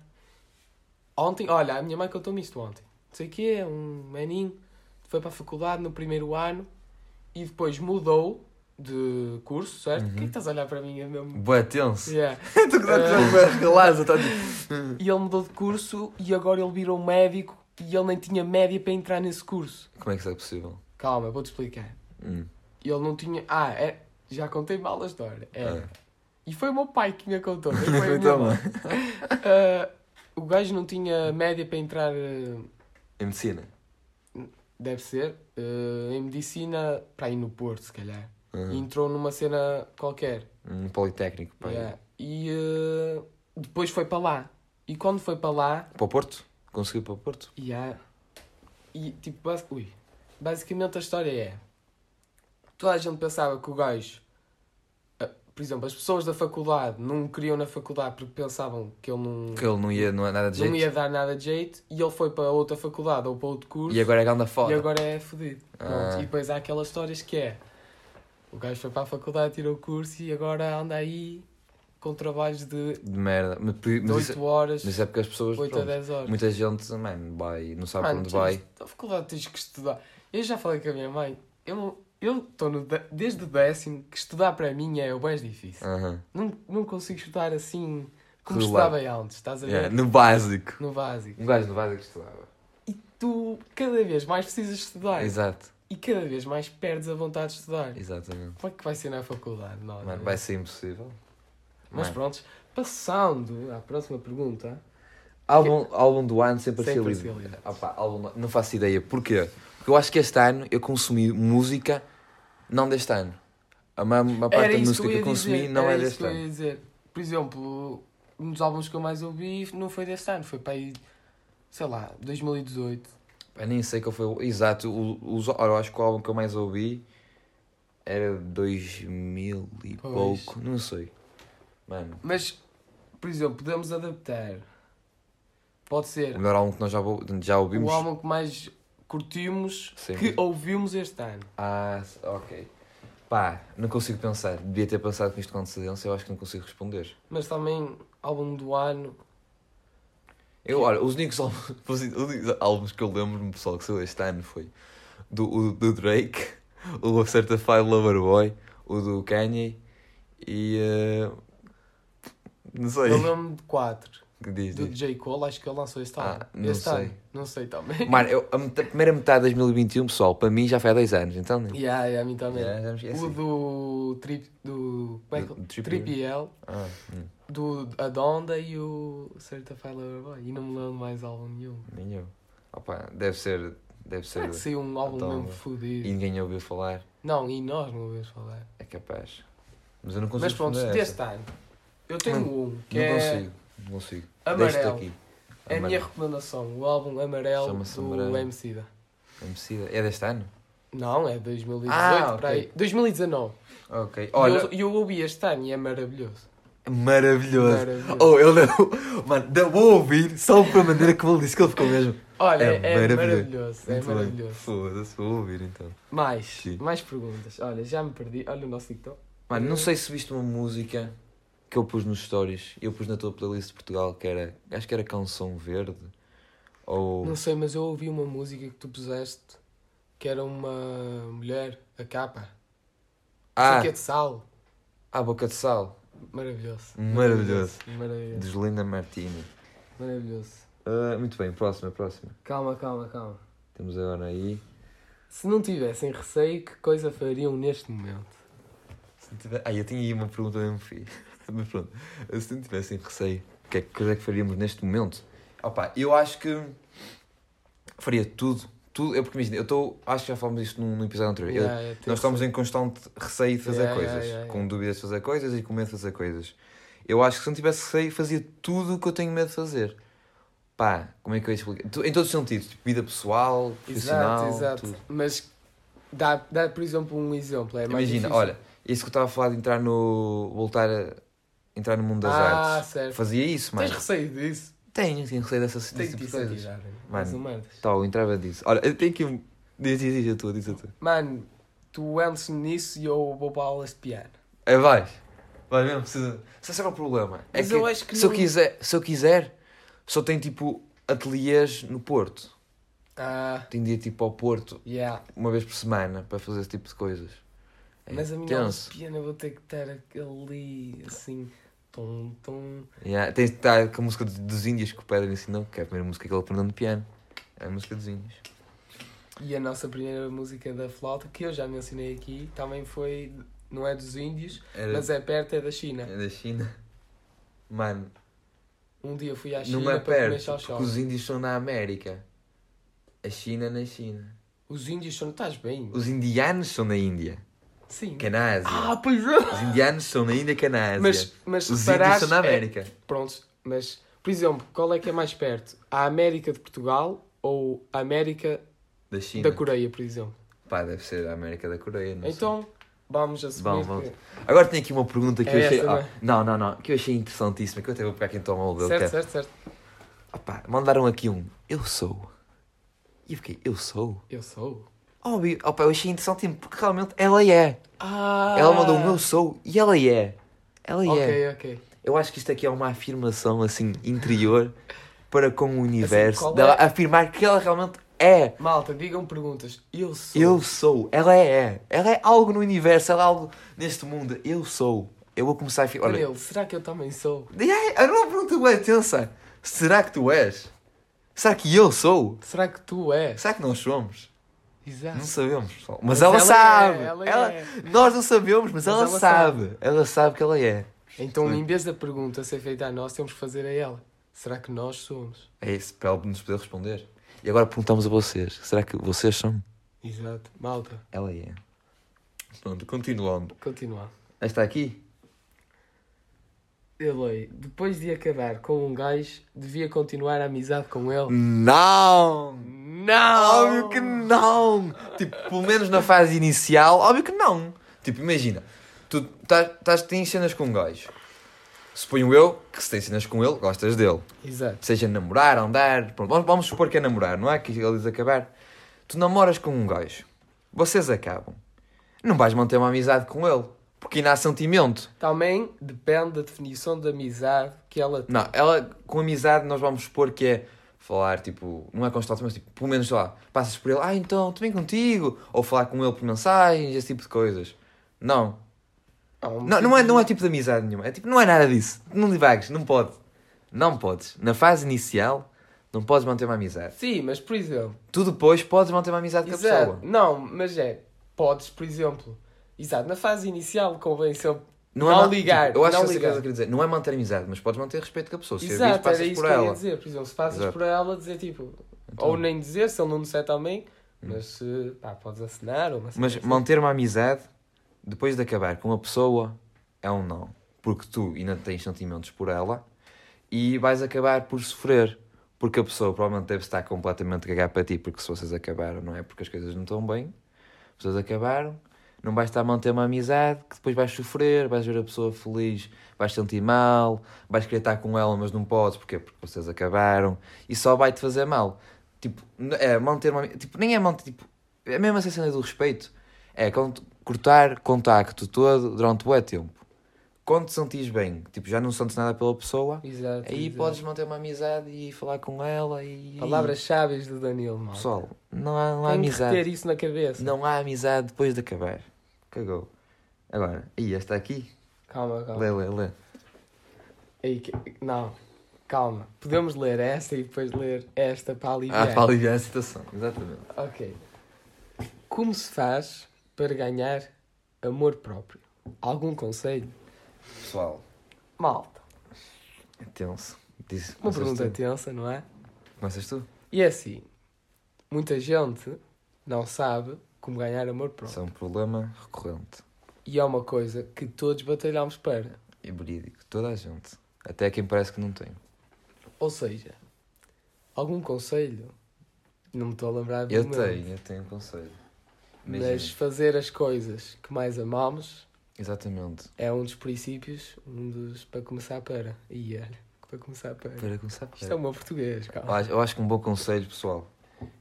B: Ontem, olha, a minha mãe contou-me isto ontem. Não sei o quê, um maninho foi para a faculdade no primeiro ano e depois mudou de curso, certo? O que é que estás a olhar para mim? É mesmo.
A: Boa tenso.
B: Yeah.
A: Estou
B: É.
A: com relaxa, tá
B: E ele mudou de curso e agora ele virou médico e ele nem tinha média para entrar nesse curso.
A: Como é que isso é possível?
B: Calma, eu vou-te explicar.
A: Hum.
B: E ele não tinha. Ah, é... já contei mal a história. É.
A: Ah.
B: E foi o meu pai que me a contou. nem foi a minha
A: Então,
B: mãe.
A: mano,
B: Ah, o gajo não tinha média para entrar, ah,
A: Em é medicina.
B: deve ser, ah, em medicina, para ir no Porto, se calhar. E
A: Uhum.
B: entrou numa cena qualquer.
A: Um politécnico para,
B: Yeah. E ah, depois foi para lá. E quando foi para lá,
A: para o Porto. Conseguiu para o Porto.
B: yeah, e tipo, basi- ui, basicamente a história é: toda a gente pensava que o gajo, ah, por exemplo, as pessoas da faculdade não o queriam na faculdade porque pensavam que ele não,
A: Porque ele não ia, não é nada de jeito.
B: não ia dar nada de jeito, e ele foi para outra faculdade ou para outro curso.
A: E agora é ganda
B: E
A: foda.
B: agora é fodido. Pronto,
A: Ah.
B: E depois há aquelas histórias que é o gajo foi para a faculdade, tirou o curso e agora anda aí com trabalhos de
A: De merda. Mas, por- mas
B: 8
A: isso,
B: horas,
A: mas isso é porque as pessoas.
B: 8 a
A: pronto,
B: 10 horas.
A: muita gente, mano, vai, não sabe para
B: Mano,
A: onde
B: tens-
A: vai.
B: Na faculdade tens que estudar. Eu já falei com a minha mãe, eu não- eu estou no dé- desde o décimo que estudar para mim é o mais difícil.
A: Aham.
B: Não, não consigo estudar assim como
A: Ah. Regular.
B: estudava antes, estás a ver?
A: Yeah, no básico.
B: No básico.
A: Um gajo no básico estudava.
B: E tu cada vez mais precisas estudar
A: Exato,
B: e cada vez mais perdes a vontade de estudar.
A: exatamente.
B: Como é que vai ser na faculdade? Não,
A: Mano,
B: não.
A: vai ser impossível.
B: Mas
A: Mano.
B: pronto, passando à próxima pergunta.
A: Álbum, álbum do ano sem
B: Sem
A: parcialidade.
B: parcialidade.
A: Ah pá, álbum do- não faço ideia. Porquê? Porque eu acho que este ano eu consumi música não deste ano. A maior, maior parte da então música que eu,
B: ia
A: consumi
B: dizer,
A: não
B: era
A: é
B: isso
A: deste
B: que eu
A: ano.
B: ia dizer. Por exemplo, um dos álbuns que eu mais ouvi não foi deste ano, foi para aí, sei lá, 2018.
A: Eu nem sei qual foi o. Exato, o, os- ora, eu acho que o álbum que eu mais ouvi era 2000 e
B: Pois.
A: pouco, não sei. Mano,
B: Mas, por exemplo, podemos adaptar. Pode ser
A: o melhor álbum que nós já, vou- já ouvimos.
B: o álbum que mais curtimos,
A: Sim.
B: que ouvimos este ano.
A: Ah, ok. Pá, não consigo pensar. Devia ter pensado com isto com antecedência, eu acho que não consigo responder.
B: Mas também, álbum do ano.
A: Eu, olha, os únicos álbuns, os únicos álbuns que eu lembro-me, pessoal, que saiu este ano foi do, o do Drake, o do Certified Lover Boy, o do Kanye e. eh, não sei.
B: Eu lembro-me de quatro.
A: Que diz,
B: Do
A: diz.
B: J. Cole, acho que ele lançou este
A: Ah,
B: álbum.
A: não
B: este
A: sei.
B: ano. Não sei também.
A: Mano, eu- a, meta- a primeira metade de 2021, pessoal, para mim já foi há 10 anos, então. né?
B: Yeah, yeah, a mim também.
A: Já, já me esqueci.
B: O do Trip. Do. Como é
A: é assim. Do- do
B: que
A: Triple.
B: Triple L,
A: Ah, hum,
B: do Adonda e o Certified Lover Boy. E não me lembro mais álbum nenhum.
A: nem eu. Opa, deve ser. Deve
B: Será
A: ser.
B: que saiu um álbum
A: Adonda.
B: mesmo fodido?
A: E ninguém ouviu falar,
B: Não, e nós não ouvimos falar.
A: é capaz. Mas eu não consigo
B: Mas pronto,
A: responder é essa. Hum,
B: deste ano. Eu tenho um que
A: Não
B: é
A: consigo, não consigo.
B: Amarelo.
A: Deste aqui.
B: É a minha
A: Amarelo.
B: recomendação. O álbum Amarelo
A: Chama-se
B: do
A: Amarelo.
B: MC da.
A: Emicida. É deste ano?
B: Não, é 2018
A: Ah,
B: para
A: ok.
B: aí. 2019.
A: Ok.
B: E
A: Olha,
B: eu, eu ouvi este ano e é maravilhoso.
A: maravilhoso.
B: Maravilhoso.
A: Oh, eu não... Mano, não vou ouvir só pela maneira como ele disse que ele ficou mesmo.
B: Olha,
A: É
B: é,
A: maravilhoso.
B: maravilhoso. É
A: Muito bem.
B: maravilhoso.
A: Foda-se, vou ouvir então.
B: Mais,
A: Sim.
B: mais perguntas. Olha, já me perdi. Olha o nosso TikTok.
A: Mano, não sei se viste uma música que eu pus nos stories. Eu pus na tua playlist de Portugal que era. Acho que era Canção Verde. Ou.
B: Não sei, mas eu ouvi uma música que tu puseste que era uma mulher, a capa.
A: ah,
B: Sei que é de sal.
A: ah, Boca de Sal.
B: Maravilhoso.
A: Hum, Maravilhoso.
B: Maravilhoso.
A: Dos Linda Martini.
B: Maravilhoso.
A: Ah, muito bem, próxima, próxima.
B: Calma, calma, calma.
A: Temos agora aí.
B: Se não tivessem receio, que coisa fariam neste momento?
A: Se não tiver- Ah, eu tinha aí uma pergunta mesmo fixe. Mas pronto, se não tivessem receio, o que é que coisa é que faríamos neste momento? Opa, eu acho que faria tudo. Tudo, eu porque imagina, eu estou. Acho que já falámos isto num, num episódio anterior. Eu-
B: Yeah, é ter
A: nós estamos em constante receio de fazer
B: Yeah,
A: coisas,
B: yeah, yeah,
A: com dúvidas de fazer coisas e com medo de fazer coisas. Eu acho que se não tivesse receio, fazia tudo o que eu tenho medo de fazer. Pá, como é que eu ia explicar? Tu- Em todos os sentidos, tipo, vida pessoal, profissional,
B: Exato, exato.
A: tudo.
B: Mas dá, dá, por exemplo, um exemplo. É mais
A: Imagina,
B: difícil.
A: olha, isso que eu estava a falar de entrar no. voltar a entrar no mundo das
B: Ah,
A: artes.
B: certo.
A: Fazia isso,
B: Tens
A: mas.
B: receio disso?
A: Tenho, tenho receio dessas
B: Tens né?
A: desse tipo
B: de
A: de coisas.
B: sentir,
A: Mano.
B: Mano.
A: Tal, entrava disso. Olha, eu tenho que. Diz, diz, diz a tua, diz a tua.
B: Mano, tu antes nisso e eu vou para aulas de piano.
A: É, vais. Vai mesmo, precisa. Se esse era o problema. É
B: Mas
A: que,
B: eu acho que
A: se, eu
B: não-
A: quiser, se eu quiser, só tem tipo ateliês no Porto.
B: Ah,
A: Tenho de ir tipo ao Porto
B: yeah.
A: uma vez por semana para fazer esse tipo de coisas. É
B: Mas a minha aula de
A: tenso.
B: piano eu vou ter que estar ali, assim, tom, tom.
A: Yeah, Tens de estar com a música do- dos índios que o Pedro ensinou, que é a primeira música que ele aprendeu no piano. É a música dos índios.
B: E a nossa primeira música da flauta, que eu já mencionei aqui, também foi, não é dos índios,
A: Era
B: mas é perto, é da China.
A: é da China. Mano,
B: Um dia fui à China
A: não é
B: para comer
A: perto,
B: xoxó.
A: porque os índios são na América. A China é na China.
B: Os índios são, estás bem?
A: Os indianos são na Índia,
B: Sim.
A: que é na Ásia.
B: Ah, pois é.
A: Os indianos são na Índia, que é na Ásia.
B: Mas, mas
A: Os índios
B: reparaste,
A: são na
B: é-
A: América.
B: Prontos, mas, por exemplo, qual é que é mais perto? A América de Portugal ou a América
A: Da China.
B: da Coreia, por exemplo?
A: Pá, deve ser a América da Coreia, não sei.
B: então, vamos assumir
A: Bom,
B: que...
A: vamos. Agora tenho aqui uma pergunta que
B: É
A: eu achei.
B: essa,
A: ah,
B: não
A: não,
B: é?
A: não, não. Que eu achei interessantíssima. Que eu até vou pegar aqui então ao dele. que é-
B: Certo, certo, certo.
A: Opá, mandaram aqui um. Eu sou. E eu fiquei, eu sou?
B: Eu sou.
A: Óbvio. Opá, eu achei interessantíssimo porque realmente ela é.
B: Ah!
A: Ela mandou um eu sou e ela é. Ela é.
B: Ok, ok.
A: Eu acho que isto aqui é uma afirmação assim interior para com o universo
B: Assim, qual
A: dela
B: é?
A: afirmar que ela realmente é.
B: Malta, digam perguntas. Eu sou.
A: Eu sou. Ela é. Ela é algo no universo, ela é algo neste mundo. Eu sou. Eu vou começar a fi-
B: Para
A: Olha,
B: ele, será que eu também sou?
A: é era uma pergunta bem tensa. Será que tu és? Será que eu sou?
B: Será que tu és?
A: Será que nós somos?
B: Exato.
A: Não sabemos, pessoal. Mas,
B: Mas
A: ela,
B: ela é,
A: sabe.
B: ela
A: Ela-
B: é.
A: Nós não sabemos, mas, ela,
B: ela
A: sabe. Ela sabe que ela é.
B: Então,
A: Sim.
B: em vez da pergunta ser feita a nós, temos que fazer a ela. Será que nós somos?
A: É isso, para ela nos poder responder. E agora perguntamos a vocês. Será que vocês são?
B: Exato. Malta,
A: Ela é. Pronto, continuando.
B: continuar.
A: Esta aqui?
B: Eu leio. Depois de acabar com um gajo, devia continuar a amizade com ele.
A: Não!
B: Não!
A: Óbvio que não! Tipo, pelo menos na fase inicial, óbvio que não. Tipo, imagina, tu tá- tás, tens cenas com um gajo. Suponho eu que se tens cenas com ele, gostas dele.
B: Exato.
A: Seja namorar, andar, pronto, vamos, vamos supor que é namorar, não é? Que ele diz acabar. Tu namoras com um gajo, vocês acabam. Não vais manter uma amizade com ele, porque ainda há sentimento.
B: Também depende da definição de amizade que ela tem.
A: Não, ela, com amizade, nós vamos supor que é falar, tipo, não é constante, mas tipo, pelo menos, sei lá, passas por ele, ah, então, também contigo, ou falar com ele por mensagens, esse tipo de coisas. Não. Não, não, é, não é tipo de amizade nenhuma, é tipo, não é nada disso. Não divagues, não pode. Não podes. Na fase inicial, não podes manter uma amizade.
B: Sim, mas por exemplo,
A: Tu depois podes manter uma amizade com a
B: Exato.
A: pessoa.
B: Não, mas é, podes, por exemplo, exato, na fase inicial convém sempre não,
A: ma-
B: ligar.
A: tipo, eu acho
B: não
A: que essa coisa
B: ligar.
A: que eu queria dizer, não é manter amizade, mas podes manter respeito com a pessoa. Se a viste,
B: Exato, era
A: passas
B: isso
A: por
B: que eu ia
A: ela.
B: dizer. Por exemplo, se passas
A: Exato. Então.
B: por ela, dizer tipo, ou nem dizer, se ele não disser também, mas se, pá, podes assinar ou uma cena
A: Hum. Mas
B: assim.
A: manter uma amizade depois de acabar com uma pessoa é um não. Porque tu ainda tens sentimentos por ela e vais acabar por sofrer. Porque a pessoa provavelmente deve estar completamente a cagar para ti, porque se vocês acabaram, não é? Porque as coisas não estão bem, vocês acabaram, não vais estar a manter uma amizade que depois vais sofrer, vais ver a pessoa feliz, vais sentir mal, vais querer estar com ela, mas não podes, porquê? Porque vocês acabaram e só vai-te fazer mal. Tipo, n- é manter uma. ami- Tipo, nem é manter. Tipo, é mesmo essa cena do respeito. É con- cortar contacto todo durante o tempo. Quando te sentires bem, tipo, já não sentes nada pela pessoa,
B: Exato,
A: aí
B: exato.
A: podes manter uma amizade e falar com ela e.
B: Palavras chaves do Danilo, mal.
A: Pessoal, não há, não há
B: Tem um que ter
A: amizade.
B: isso na cabeça.
A: Não há amizade depois de acabar. Cagou. Agora, e esta aqui?
B: Calma, calma.
A: Lê, lê, lê.
B: Ei, que- não, calma. Podemos ler essa e depois ler esta para
A: Ah,
B: aliviar.
A: para aliviar a situação. Exatamente.
B: Ok. Como se faz para ganhar amor próprio? Algum conselho?
A: Pessoal,
B: Malta,
A: É tenso. Diz,
B: uma
A: começas
B: pergunta
A: tu.
B: tensa, não é?
A: Começas tu?
B: E é assim, muita gente não sabe como ganhar amor próprio.
A: Isso é um problema recorrente
B: E é uma coisa que todos batalhamos para.
A: e verídico. Toda a gente. Até quem parece que não tem.
B: Ou seja, algum conselho? Não me estou a lembrar do
A: Eu
B: meu,
A: tenho, eu tenho um conselho. Imagina.
B: Mas fazer as coisas que mais amamos
A: Exatamente.
B: é um dos princípios, um dos para começar para. E olha, para começar para.
A: Para começar, por
B: Isto é o meu português,
A: Eu
B: calma.
A: acho- Eu acho que um bom conselho, pessoal,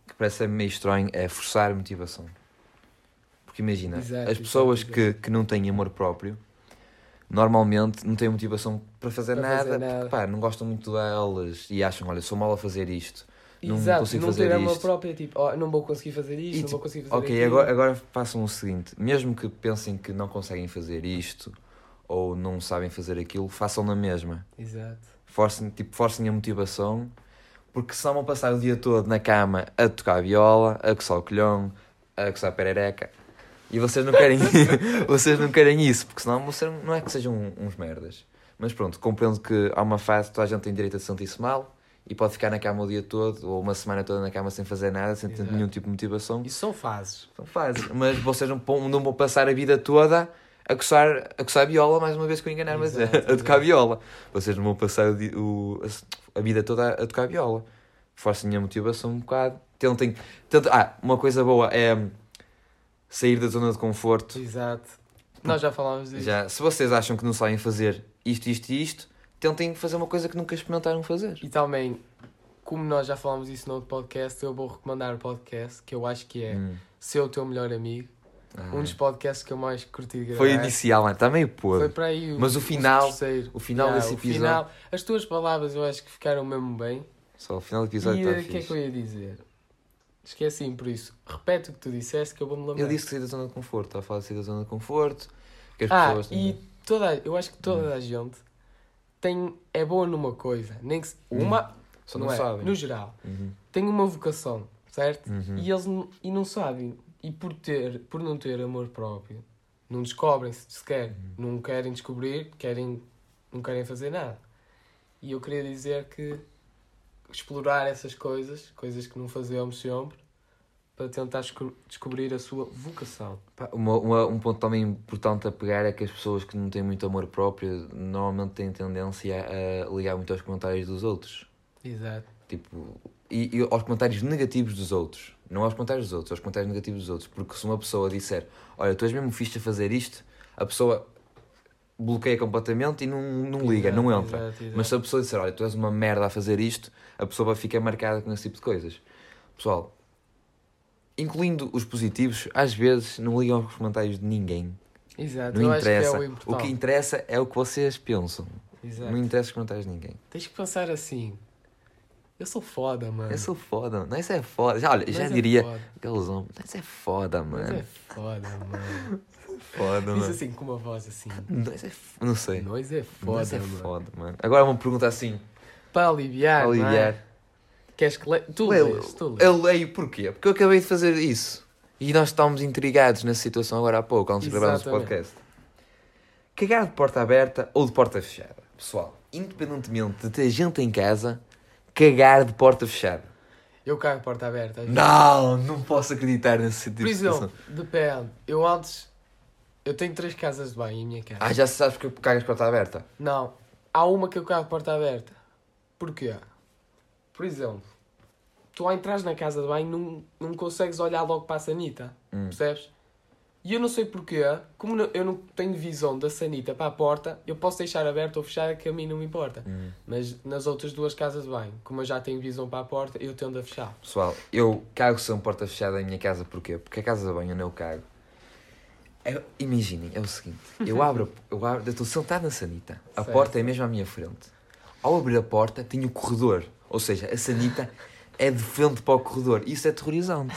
A: que parece ser meio estranho, é forçar a motivação. Porque imagina,
B: Exato,
A: as pessoas
B: exato,
A: que, que não têm amor próprio, normalmente não têm motivação para fazer
B: Para
A: nada,
B: fazer nada.
A: porque pá, não gostam muito delas e acham, olha, sou mal a fazer isto. não
B: Exato,
A: consigo
B: não
A: fazer
B: ter a mão
A: isto.
B: própria, tipo, oh, não vou conseguir fazer isto,
A: E,
B: não
A: tipo,
B: vou conseguir fazer
A: Ok,
B: aquilo.
A: agora, agora façam o seguinte: mesmo que pensem que não conseguem fazer isto ou não sabem fazer aquilo, façam na mesma.
B: Exato.
A: forcem, tipo, forcem a motivação, porque se não vão passar o dia todo na cama a tocar viola, a coçar o colhão, a coçar a perereca. E vocês não querem, vocês não querem isso, porque senão vocês não é que sejam uns merdas. Mas pronto, compreendo que há uma fase que toda a gente tem direito a se sentir-se mal e pode ficar na cama o dia todo ou uma semana toda na cama sem fazer nada, sem ter
B: Exato.
A: nenhum tipo de motivação.
B: Isso são fases.
A: São fases, mas vocês não, pão- não vão passar a vida toda a coçar, a coçar a viola, mais uma vez que eu enganar, mas a,
B: Exato,
A: a tocar
B: exato.
A: viola. Vocês não vão passar o, di- o- a, a vida toda a tocar viola. Forcem a motivação um bocado. Tentem, tentem. Ah, uma coisa boa é hum, sair da zona de conforto.
B: Exato. Nós já falámos disso.
A: Já, se vocês acham que não sabem fazer isto, isto e isto, tentem fazer uma coisa que nunca experimentaram fazer.
B: E também, como nós já falámos isso no outro podcast, eu vou recomendar o podcast que eu acho que é
A: Hum.
B: Ser o Teu Melhor Amigo.
A: Ah.
B: Um dos podcasts que eu mais curti de gravar.
A: Foi inicial, mas está meio
B: Foi
A: podre.
B: para aí o,
A: Mas o final-
B: terceiro.
A: O final
B: Já,
A: desse
B: o
A: episódio.
B: final- as tuas palavras eu acho que ficaram mesmo bem.
A: Só o final do episódio
B: e
A: está
B: eh, o que é que eu
A: tá fixe.
B: ia dizer? Esqueci-me por isso. Repete o que tu disseste que eu vou-me lembrar.
A: Eu disse que sair da zona de conforto, estava a falar de sair da zona de conforto, que as
B: ah,
A: pessoas Hum.
B: e
A: têm.
B: toda, a- eu acho que toda a gente tem, é boa numa coisa. Nem que se- uma,
A: Hum. Só não,
B: é,
A: sabem.
B: no geral.
A: Uhum.
B: têm uma vocação, certo?
A: Uhum.
B: E eles n- e não sabem. E por, ter, por não ter amor próprio, não descobrem-se sequer.
A: Uhum.
B: Não querem descobrir, querem, não querem fazer nada. E eu queria dizer que explorar essas coisas, coisas que não fazemos sempre, para tentar esco- descobrir a sua vocação.
A: Pá, uma- uma- um ponto também importante a pegar é que as pessoas que não têm muito amor próprio normalmente têm tendência a ligar muito aos comentários dos outros.
B: Exato.
A: Tipo, e, e aos comentários negativos dos outros. Não aos comentários dos outros, aos comentários negativos dos outros. Porque se uma pessoa disser, olha, tu és mesmo fixe a fazer isto, a pessoa bloqueia completamente e não, não liga, não entra. Mas se a pessoa disser, olha, tu és uma merda a fazer isto, a pessoa fica marcada com esse tipo de coisas. Pessoal, incluindo os positivos, às vezes não ligam aos comentários de ninguém.
B: Exato. eu
A: Não
B: acho que é
A: interessa.
B: o
A: o, que
B: importante.
A: interessa é o que vocês pensam.
B: Exato.
A: Não interessa os comentários de ninguém.
B: Tens que pensar assim. Eu sou foda, mano.
A: Eu sou foda, não, isso é foda. Já, olha,
B: Ah. Mas
A: já
B: é
A: diria,
B: foda.
A: aqueles homens, não, isso é foda,
B: Mas é
A: mano.
B: foda, mano.
A: Foda,
B: Diz
A: mano.
B: assim com uma voz assim.
A: Não, isso é f- não sei.
B: Nós é
A: Foda,
B: foda,
A: isso é
B: mano.
A: foda, mano. Agora uma pergunta assim,
B: Para aliviar,
A: para
B: não é?
A: aliviar.
B: Queres que le... Tu
A: eu,
B: lês, tu lês.
A: eu leio porquê? Porque eu acabei de fazer isso. E nós estávamos intrigados nessa situação agora há pouco, antes de gravarmos o
B: Exatamente.
A: podcast. Cagar de porta aberta ou de porta fechada? Pessoal, independentemente de ter gente em casa, cagar de porta fechada.
B: Eu cago porta aberta. às vezes.
A: Não, não posso acreditar nesse tipo
B: Por
A: de
B: exemplo,
A: situação.
B: depende. Eu antes... Eu tenho três casas de banho em minha casa.
A: Ah, já sabes porque cagas de porta aberta?
B: Não. Há uma que é eu cago porta aberta. Porquê? Por exemplo, tu ao entras na casa de banho não, não consegues olhar logo para a sanita.
A: Hum.
B: Percebes? E eu não sei porquê, como não- eu não tenho visão da sanita para a porta, eu posso deixar aberta ou fechada que a mim não me importa.
A: Hum.
B: Mas nas outras duas casas de banho, como eu já tenho visão para a porta, eu tendo a fechar.
A: Pessoal, eu cago sem porta fechada em minha casa, porquê? Porque a casa de banho onde eu cago. é- imaginem, é o seguinte: eu abro, eu abro, eu estou sentado na sanita, a
B: Uhum. Certo.
A: porta é mesmo à minha frente. Ao abrir a porta, tenho o corredor, ou seja, a sanita é de frente para o corredor. Isso é terrorizante.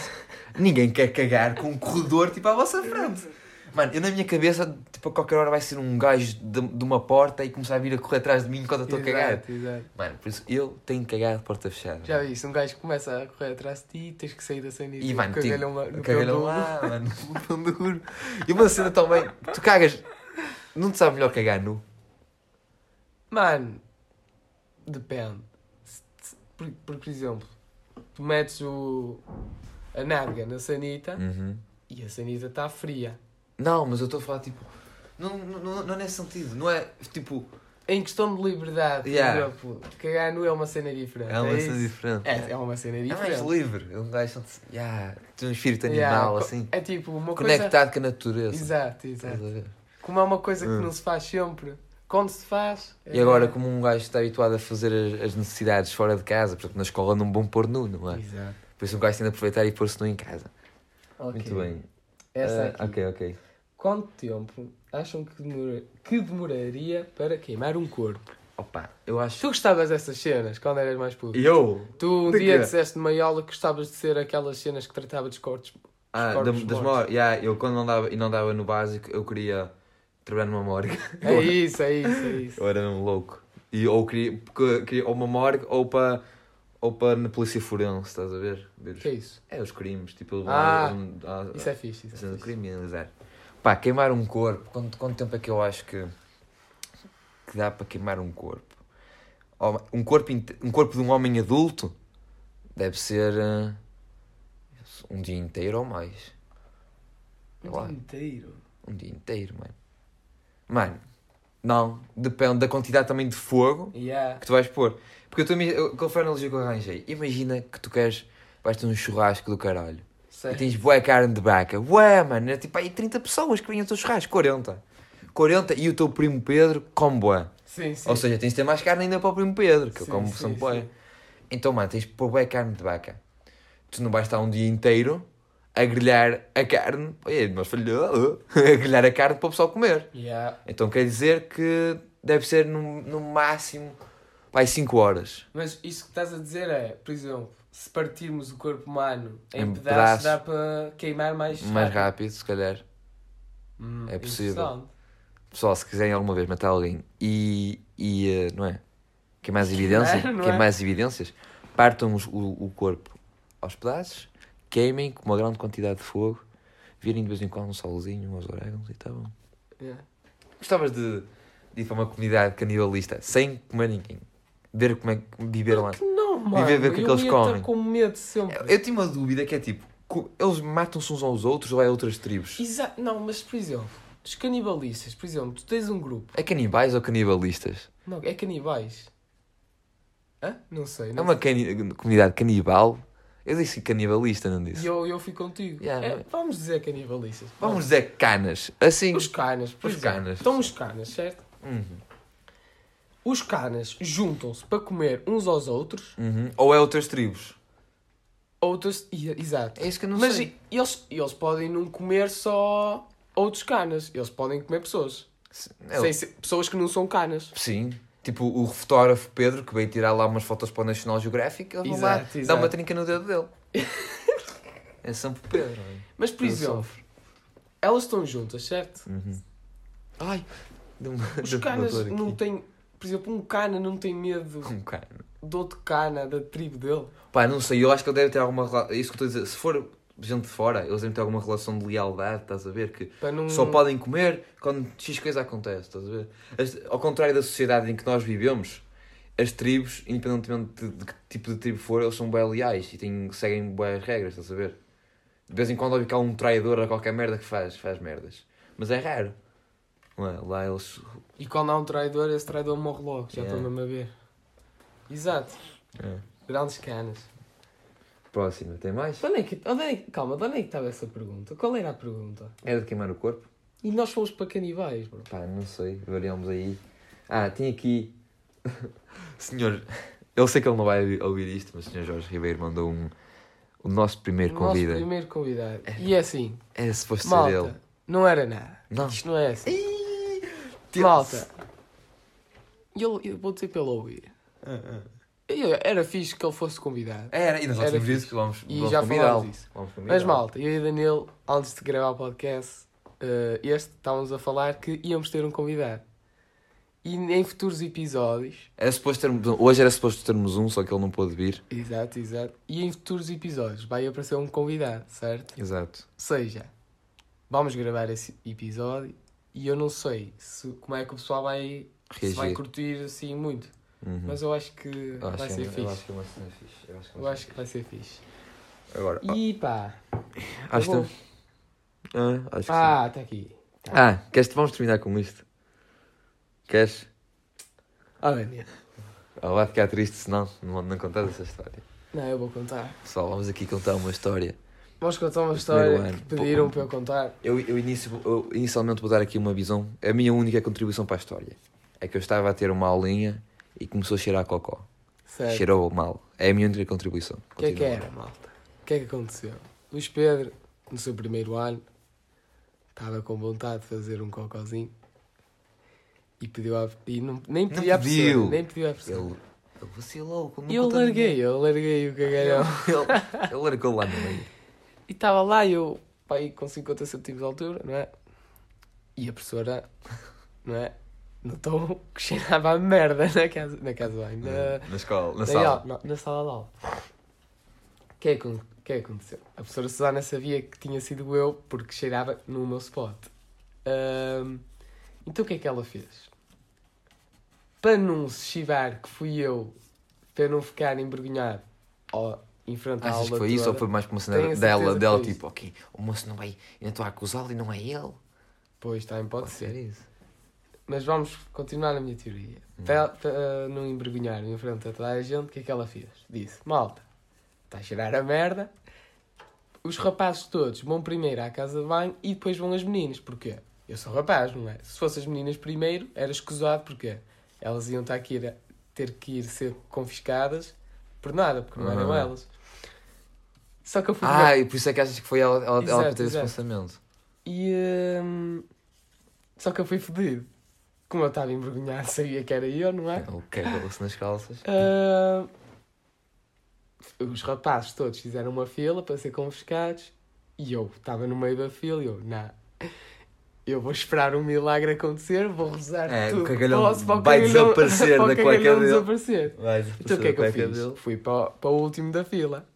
A: Ninguém quer cagar com um corredor tipo à vossa frente. Mano, eu na minha cabeça, tipo, a qualquer hora vai ser um gajo de, de uma porta e começar a vir a correr atrás de mim enquanto eu estou a cagar.
B: Exato, exato.
A: Mano, por isso eu tenho que cagar de porta fechada.
B: Já viste, um gajo começa a correr atrás de ti e tens que sair da sanita.
A: E vai no tiro.
B: cagalhão lá- no
A: Cagalhão
B: pelo-
A: lá, mano. no pão duro. E uma cena também. Tu cagas. Não te sabe melhor cagar nu?
B: Mano, depende. Se- se- Por, por exemplo, tu metes o, a nádega na sanita
A: Uhum.
B: e a sanita está fria.
A: Não, mas eu estou a falar tipo. Não, não, não, não é nesse sentido, não é tipo.
B: Em questão de liberdade, por
A: Yeah.
B: exemplo, cagar nu é uma cena diferente.
A: É uma
B: isso?
A: cena diferente.
B: É, é uma cena
A: É
B: diferente.
A: mais livre. É um gajo sente-se. Yeah, tem um espírito
B: Yeah,
A: animal,
B: co-
A: assim.
B: É tipo uma coisa.
A: Conectado com a natureza.
B: Exato,
A: Estás
B: exato.
A: a ver?
B: Como é uma coisa que
A: Hum.
B: não se faz sempre, quando se faz. é
A: E agora, como um gajo está habituado a fazer as, as necessidades fora de casa, porque na escola não vão pôr nu, não é?
B: Exato.
A: Por isso um gajo tem de aproveitar e pôr-se nu em casa. Muito bem.
B: Essa
A: Ah,
B: aqui.
A: ok, ok.
B: Quanto tempo acham que, demora- que demoraria para queimar um corpo?
A: Opa, eu acho.
B: Tu gostavas dessas cenas quando eras mais puto?
A: Eu?
B: Tu um
A: De
B: dia
A: quê?
B: disseste numa aula que gostavas de ser aquelas cenas que tratava dos cortes.
A: Ah,
B: Corpos
A: da- das
B: mortos.
A: mor- yeah, eu quando não dava, e não dava no básico, eu queria trabalhar numa morgue.
B: É isso, é isso, é isso.
A: Eu era mesmo louco. E ou queria, porque queria ou uma morgue ou para ou para na polícia forense, estás a ver? Ver
B: O
A: os-
B: que é isso?
A: É, os crimes, tipo, eles
B: Ah,
A: vão- vão-
B: Isso é fixe, isso é
A: Sendo
B: fixe.
A: criminalizar. Pá, queimar um corpo. Quanto, quanto tempo é que eu acho que, que dá para queimar um corpo? Ó, Um corpo, inte- um corpo de um homem adulto deve ser ah, um dia inteiro ou mais. Sei lá,
B: inteiro.
A: um dia inteiro, mano. Mano, não. Depende da quantidade também de fogo
B: Yeah.
A: que tu vais pôr. Porque eu também. eu- Qual foi a analogia que eu arranjei? Imagina que tu queres. Vais ter um churrasco do caralho.
B: Sei.
A: E tens bué carne de vaca. Bué, mano. Era tipo aí 30 pessoas que vinham ao teu churrasco. 40. 40 e o teu primo Pedro come bué.
B: Sim, sim.
A: Ou seja, tens de ter mais carne ainda para o primo Pedro, que eu
B: Sim,
A: como
B: sim,
A: sempre bué.
B: sim.
A: Então, mano, tens de pôr bué carne de vaca. Tu não vais estar um dia inteiro a grelhar a carne. é Ei, mas falhou. A grelhar a carne para o pessoal comer.
B: Yeah.
A: Então quer dizer que deve ser no, no máximo, vai 5 horas.
B: Mas isso que estás a dizer é, por exemplo, se partirmos o corpo humano em,
A: Em pedaços.
B: pedaços, dá para queimar mais
A: Mais rápido, se calhar.
B: Hum,
A: É possível.
B: interessante.
A: Pessoal, se quiserem alguma vez matar alguém e. e eh, não é? Quer mais evidência?
B: Não, não
A: Quer
B: é?
A: mais evidências? Partam os- o, o corpo aos pedaços, queimem com uma grande quantidade de fogo, virem de vez em quando um solzinho, uns orégãos e tá bom.
B: Yeah.
A: Gostavas de, de ir para uma comunidade canibalista sem comer ninguém? Ver como é que. viver lá.
B: Não, mano.
A: ver o que é que
B: eu
A: eles
B: ia
A: comem.
B: Estar com medo sempre.
A: Eu, eu tinha uma dúvida que é tipo: co- eles matam-se uns aos outros ou é outras tribos?
B: Exa- Não, mas por exemplo, os canibalistas, por exemplo, tu tens um grupo.
A: É canibais ou canibalistas?
B: Não, é canibais. Hã? Não sei.
A: É
B: Não
A: uma cani- comunidade canibal? Eu disse canibalista, não disse?
B: sei. E eu, eu fui contigo.
A: Yeah,
B: É,
A: não é?
B: vamos dizer canibalistas.
A: Vamos dizer canas. Assim.
B: Os canas. por
A: Os
B: exemplo.
A: canas.
B: Estão os canas, certo?
A: Uhum.
B: Os canas juntam-se para comer uns aos outros.
A: Uhum. Ou é outras tribos.
B: Outras. e- Exato.
A: É isso que eu não
B: mas
A: sei.
B: e- eles, eles podem não comer só outros canas. Eles podem comer pessoas.
A: É o-
B: Sem ser- pessoas que não são canas.
A: Sim. Tipo o fotógrafo Pedro que veio tirar lá umas fotos para o National Geographic. Ele vai lá,
B: Exato,
A: dá
B: exato.
A: uma trinca no dedo dele. é sempre o Pedro. olha.
B: Mas por
A: Ele
B: exemplo,
A: sofre.
B: elas estão juntas, certo?
A: Uhum. Ai. Deu uma,
B: Os
A: deu uma
B: canas
A: dor aqui.
B: não têm. Por exemplo, um cana não tem medo
A: Um cano.
B: do outro cana da tribo dele.
A: Pá, não sei. Eu acho que ele deve ter alguma. rela- é Isso que eu estou a dizer. Se for gente de fora, eles devem ter alguma relação de lealdade, estás a ver? Que
B: Para não.
A: Só podem comer quando X coisa acontece, estás a ver? As- ao contrário da sociedade em que nós vivemos, as tribos, independentemente de, de que tipo de tribo for, eles são bem leais e têm, seguem boas regras, estás a ver? De vez em quando houve cá um traidor a qualquer merda que faz, faz merdas. Mas é raro. Não é? Lá eles.
B: E quando há um traidor, esse traidor morre logo. Já
A: Yeah.
B: estou mesmo a ver. Exato.
A: É.
B: Grandes canas.
A: Próximo, tem mais?
B: De Onde é que, onde é que- calma, de onde é que estava essa pergunta? Qual era a pergunta?
A: Era É de queimar o corpo?
B: E nós fomos para canibais, bro.
A: Pá, não sei, variamos aí. Ah, tem aqui. senhor, eu sei que ele não vai ouvir- ouvir isto, mas o senhor Jorge Ribeiro mandou um. O nosso primeiro
B: O nosso
A: convida.
B: primeiro convidado. E é assim,
A: É suposto ser ele.
B: malta, não era nada.
A: Não.
B: Isto não é assim.
A: Deus.
B: Malta, eu, eu vou dizer pelo ouvir.
A: Ah,
B: Eu- Era fixe que ele fosse convidado.
A: Era, e nós já
B: Era
A: tínhamos
B: fixe.
A: dito que vamos,
B: E
A: vamos
B: já
A: convidá-lo.
B: falámos isso.
A: Vamos convidá-lo.
B: Mas malta, eu e o Danilo, antes de gravar o podcast, eh, este estávamos a falar que íamos ter um convidado. E em futuros episódios.
A: Era suposto termos, um- hoje era suposto termos um, só que ele não pôde vir.
B: Exato, exato. E em futuros episódios vai aparecer um convidado, certo?
A: Exato.
B: Ou seja, vamos gravar esse episódio e eu não sei se, como é que o pessoal vai se vai
A: Reagir.
B: curtir assim muito.
A: Uhum.
B: Mas eu acho que
A: Eu acho
B: vai
A: que
B: ser
A: é- Eu acho
B: fixe.
A: que é uma cena fixe. Eu acho que é
B: Eu
A: uma
B: acho que
A: cena
B: vai ser fixe.
A: fixe. Agora,
B: E pá,
A: ah, acho, que
B: eu
A: temos-
B: vou-
A: ah, acho que sim.
B: Ah, está aqui.
A: Ah, queres vamos terminar com isto? Queres?
B: Ah, Daniel.
A: Ah, vai ficar triste se não, não, não contas essa história.
B: Não, eu vou contar.
A: Pessoal, vamos aqui contar uma história.
B: Vamos contar uma
A: Primeiro
B: história
A: ano.
B: que pediram para eu contar.
A: Eu, eu, inicio, eu inicialmente vou dar aqui uma visão, a minha única contribuição para a história. É que eu estava a ter uma aulinha e começou a cheirar cocó.
B: Certo.
A: Cheirou mal. É a minha única contribuição.
B: O que é que
A: Continua.
B: era, malta? O que é que aconteceu? Luís Pedro, no seu primeiro ano, estava com vontade de fazer um cocôzinho e pediu a, e não, nem pediu à
A: pediu.
B: pessoa. Nem pediu à pessoa.
A: Ele, ele vacilou. como
B: E eu
A: nunca teve
B: larguei, eu larguei o
A: Ah,
B: cagalhão.
A: Ele, ele largou lá no meio.
B: E estava lá eu, pai, com 50 centímetros de altura, não é? E a professora, não é? Notou que cheirava a merda na casa, na casa de banho, na,
A: Na escola, na
B: na,
A: sala.
B: aula- na- na sala de aula. O que, é que, o que é que aconteceu? A professora Susana sabia que tinha sido eu porque cheirava no meu spot. Ahm, então o que é que ela fez? Para não se chivar que fui eu, para eu não ficar envergonhado ó, em frente à
A: Achas
B: aula
A: que foi isso
B: toda,
A: ou foi mais como uma
B: Tenho
A: cena
B: a certeza
A: dela,
B: que
A: dela
B: foi
A: tipo, ok, o moço não vai, ainda estou a acusá-lo e não é ele?
B: Pois, também pode, ser.
A: isso.
B: Mas vamos continuar na minha teoria. Tá, Para, para não envergonhar em frente a toda a gente, o que é que ela fez? Disse, malta, está a cheirar a merda. Os rapazes todos vão primeiro à casa de banho e depois vão as meninas. Porquê? Eu sou rapaz, não é? Se fossem as meninas primeiro, era escusado, porque elas iam estar aqui a ter que ir ser confiscadas por nada, porque não eram
A: Ah.
B: elas. Só que eu fui
A: Ah, e por isso é que achas que foi ela, ela, ela para
B: Exato,
A: ter esse
B: exato.
A: pensamento.
B: E. hum, só que eu fui fodido. Como eu estava envergonhado, sabia que era eu, não é?
A: Ele cagou-se nas calças.
B: Ah, os rapazes todos fizeram uma fila para ser confiscados e eu estava no meio da fila e eu, não. Eu vou esperar um milagre acontecer, vou rezar
A: É,
B: tudo.
A: o
B: que
A: cagalhão
B: posso para o
A: vai
B: cagalhão-
A: desaparecer
B: para o
A: da cueca
B: cagalhão
A: dele.
B: desaparecer.
A: Vai,
B: Então o que é que eu fiz? Fui para o, para o último da fila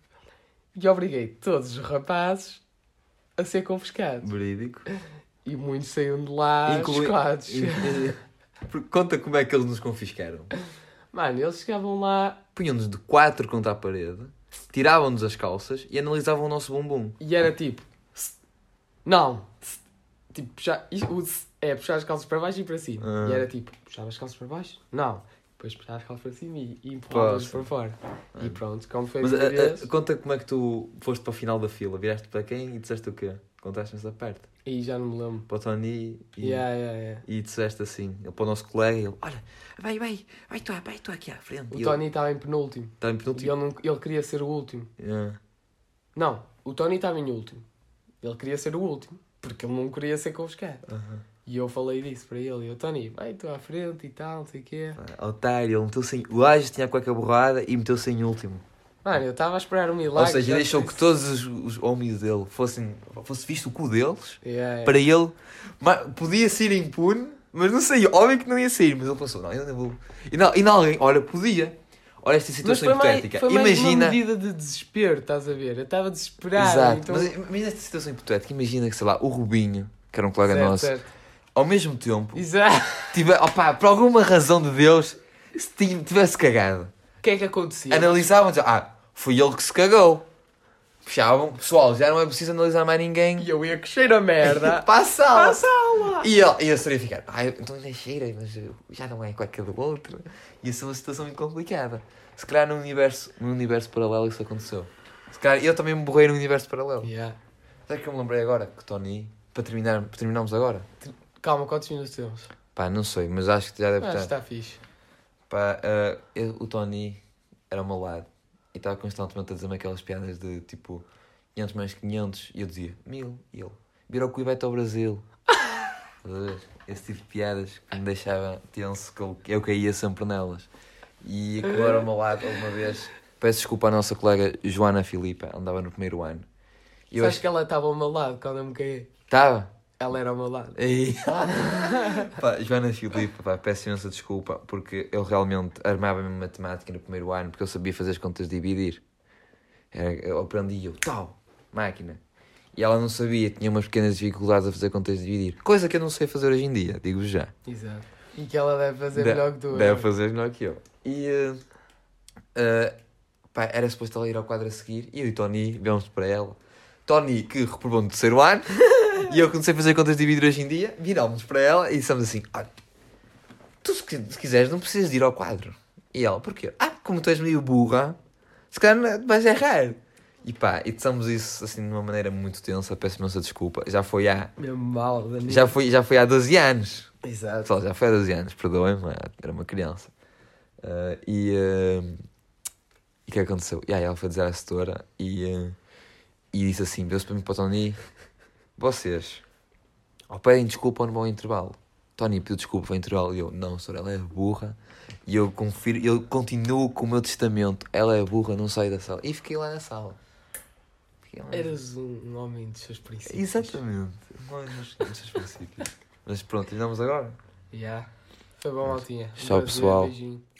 B: e obriguei todos os rapazes a ser confiscados.
A: Verídico.
B: E muitos saíram de lá
A: Inclui-
B: Ah, chocados.
A: Porque Conta como é que eles nos confiscaram.
B: Mano, eles chegavam lá
A: Punham-nos de quatro contra a parede, tiravam-nos as calças e analisavam o nosso bumbum.
B: e era tipo... "Tss, Não! tss", Tipo, puxar... isto- o tss É, puxar as calças para baixo e para cima.
A: Ah.
B: E era tipo, puxava as calças para baixo? Não. Depois puxava as calças para cima e, e empurrava-as para
A: Poxa.
B: fora. E pronto, como foi
A: Ah.
B: a
A: Mas
B: minha
A: a- a-
B: vez...
A: conta como é que tu foste para o final da fila, viraste para quem e disseste o quê? Contaste-nos essa parte.
B: Aí já não me lembro.
A: Para o Tony e,
B: Yeah, yeah, yeah.
A: e disseste assim, ele para o nosso colega, ele, olha, vai, vai, vai tu, vai tu aqui à frente.
B: O
A: E ele, "Tá,
B: Tony estava em penúltimo.
A: Está em
B: E
A: penúltimo.
B: ele, não, ele queria ser o último.
A: Yeah.
B: Não, o Tony estava em último. Ele queria ser o último. Porque ele não queria ser confiscado.
A: Aham.
B: E eu falei disso para ele. E eu, Tony, vai tu à frente e tal, não sei o quê.
A: Ah, Otário, ele meteu-se em... O Ages tinha a cueca borrada e meteu-se em último.
B: Mano, eu estava a esperar um milagre.
A: Ou seja,
B: já
A: deixou
B: te
A: que
B: disse.
A: todos os, os homens dele fossem... Fosse visto o cu deles,
B: Yeah, yeah.
A: para ele... ma- Podia ser impune, mas não saiu. Óbvio que não ia sair, mas ele pensou, não, eu não vou... E não, e não alguém, olha, podia. Olha esta
B: Mas
A: situação
B: foi mais,
A: Então hipotética.
B: foi mais
A: Imagina...
B: uma medida de desespero, estás a ver? Eu estava desesperado.
A: Exato,
B: então...
A: mas é imagina esta situação hipotética. Imagina que, sei lá, o Rubinho, que era um colega
B: Certo,
A: nosso,
B: certo.
A: ao mesmo tempo,
B: Exato.
A: tive, opá, por alguma razão de Deus, se ti- tivesse cagado,
B: O que é que acontecia?
A: analisavam e diziam, ah, foi ele que se cagou. Fechavam, pessoal, já não é preciso analisar mais ninguém.
B: E eu ia que cheiro a merda.
A: Passa a
B: Passa
A: aula.
B: a aula.
A: E ele, e ele seria ficar, ah, então ainda cheira, mas eh, já não é cueca do outro. E essa é uma situação muito complicada. Se calhar num universo, num universo paralelo isso aconteceu. Se calhar eu também me borrei num universo paralelo.
B: Yeah.
A: Sabe que eu me lembrei agora que o Tony, para, terminar, para terminarmos agora?
B: Calma, quantos minutos temos?
A: Pá, não sei, mas acho que já deve
B: Acho que
A: estar.
B: está fixe.
A: Pá, ah, eu- o Tony era ao meu lado e estava constantemente a dizer-me aquelas piadas de tipo 500 mais 500 e eu dizia 1000 e ele virou cu e vai-te ao Brasil. Estás a ver? Esse tipo de piadas que me deixava tenso, que eu, eu caía sempre nelas. E agora ao meu lado, alguma vez, peço desculpa à nossa colega Joana Filipa, ela andava no primeiro ano. E eu
B: Sabes
A: acho
B: que ela estava ao meu lado quando eu me caí?
A: que estava.
B: Ela era ao meu lado.
A: Ei. pá, Joana Filipe, pá, peço imensa desculpa, porque eu realmente armava-me em matemática no primeiro ano, porque eu sabia fazer as contas de dividir. Era- Eu aprendi eu, tal, máquina. E ela não sabia, tinha umas pequenas dificuldades a fazer contas de dividir. Coisa que eu não sei fazer hoje em dia, digo já.
B: Exato. E que ela deve fazer
A: De-
B: melhor que tu. é?
A: Deve fazer melhor que eu. E eh, eh, pá, era suposto ela ir ao quadro a seguir e eu e Tony viemos para ela. Tony, que reprovou no terceiro ano, e eu comecei a fazer contas de vidro hoje em dia, virámos para ela e dissemos assim: olha, tu se, qui- se quiseres não precisas de ir ao quadro. E ela, porquê? Ah, como tu és meio burra, se calhar não- é, vais errar. E pá, e dissemos isso assim de uma maneira muito tensa, peço imensa desculpa. Já foi há,
B: Mesmo mal, Danilo.
A: já foi, já foi há 12 anos.
B: Exato.
A: Pessoal, já foi há 12 anos, perdoem-me, era uma criança. Ah, e ah, e o que aconteceu? E aí ela foi dizer à setora e, ah, e disse assim: Deus para mim para o Tony, vocês ou pedem desculpa ou não vão ao intervalo. Tony pediu desculpa ao intervalo e eu, não, senhora, ela é burra. E eu confiro, eu continuo com o meu testamento: ela é burra, não saio da sala. E fiquei lá na sala. Fiquei lá na
B: Eras um, um homem dos seus princípios.
A: Exatamente, não é nos, nos seus princípios. Mas pronto, terminamos agora.
B: Yeah. Foi bom, Altinha.
A: Tchau,
B: Prazer,
A: pessoal.
B: Beijinho.